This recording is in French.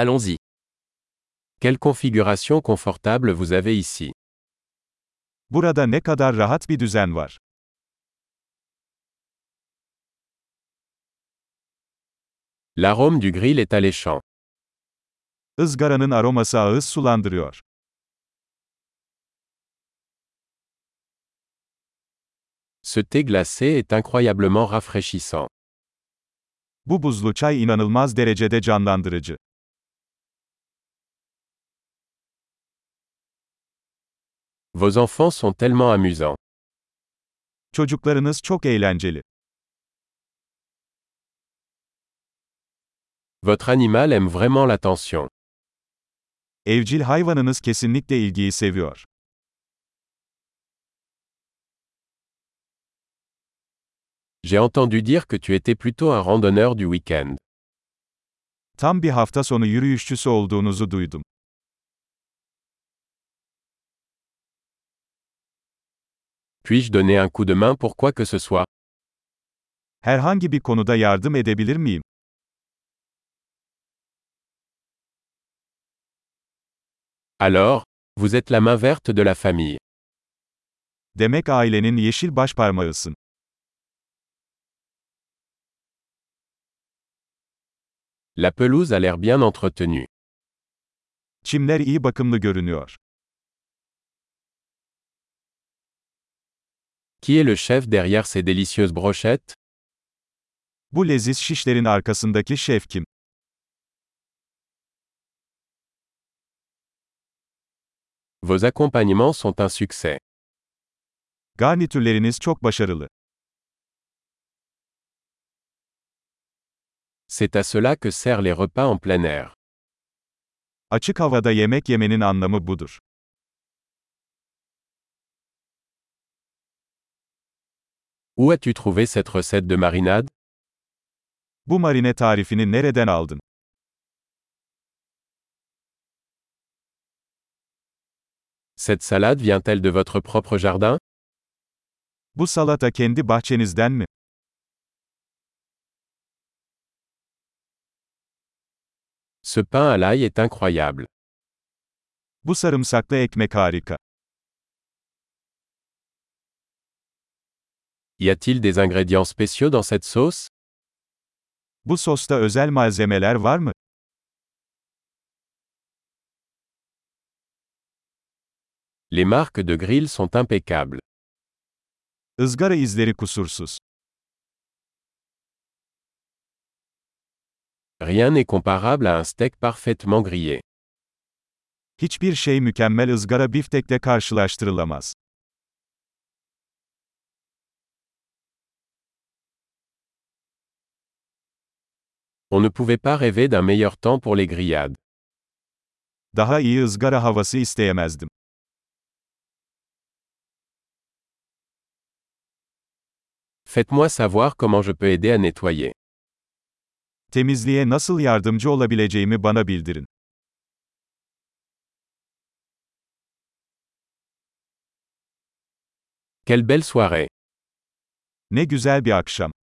Allons-y. Quelle configuration confortable vous avez ici. Burada ne kadar rahat bir düzen var. L'arôme du grill est alléchant. Izgaranın aroması ağız sulandırıyor. Ce thé glacé est incroyablement rafraîchissant. Bu buzlu çay inanılmaz derecede canlandırıcı. Vos enfants sont tellement amusants. Çocuklarınız çok eğlenceli. Votre animal aime vraiment l'attention. Evcil hayvanınız kesinlikle ilgiyi seviyor. J'ai entendu dire que tu étais plutôt un randonneur du week-end. Tam bir hafta sonu yürüyüşçüsü olduğunuzu duydum. Puis-je donner un coup de main pour quoi que ce soit Herhangi bir konuda yardım edebilir miyim? Alors, vous êtes la main verte de la famille. Demek ailenin yeşil başparmağısın. La pelouse a l'air bien entretenue. Çimler iyi bakımlı görünüyor. Qui est le chef derrière ces délicieuses brochettes Bu leziz şişlerin arkasındaki şef kim? Vos accompagnements sont un succès. Garnitürleriniz çok başarılı. C'est à cela que servent les repas en plein air. Açık havada yemek yemenin anlamı budur. Où as-tu trouvé cette recette de marinade Bu marine tarifini nereden aldın? Cette salade vient-elle de votre propre jardin Bu salata kendi bahçenizden mi? Ce pain à l'ail est incroyable. Bu sarımsaklı ekmek harika. Y a-t-il des ingrédients spéciaux dans cette sauce Bu sosta özel malzemeler var mı? Les marques de grill sont impeccables. Izgara izleri kusursuz. Rien n'est comparable à un steak parfaitement grillé. Hiçbir şey mükemmel ızgara biftekle karşılaştırılamaz. On ne pouvait pas rêver d'un meilleur temps pour les grillades. Daha iyi ızgara havası isteyemezdim. Faites-moi savoir comment je peux aider à nettoyer. Temizliğe nasıl yardımcı olabileceğimi bana bildirin. Quelle belle soirée Ne güzel bir akşam.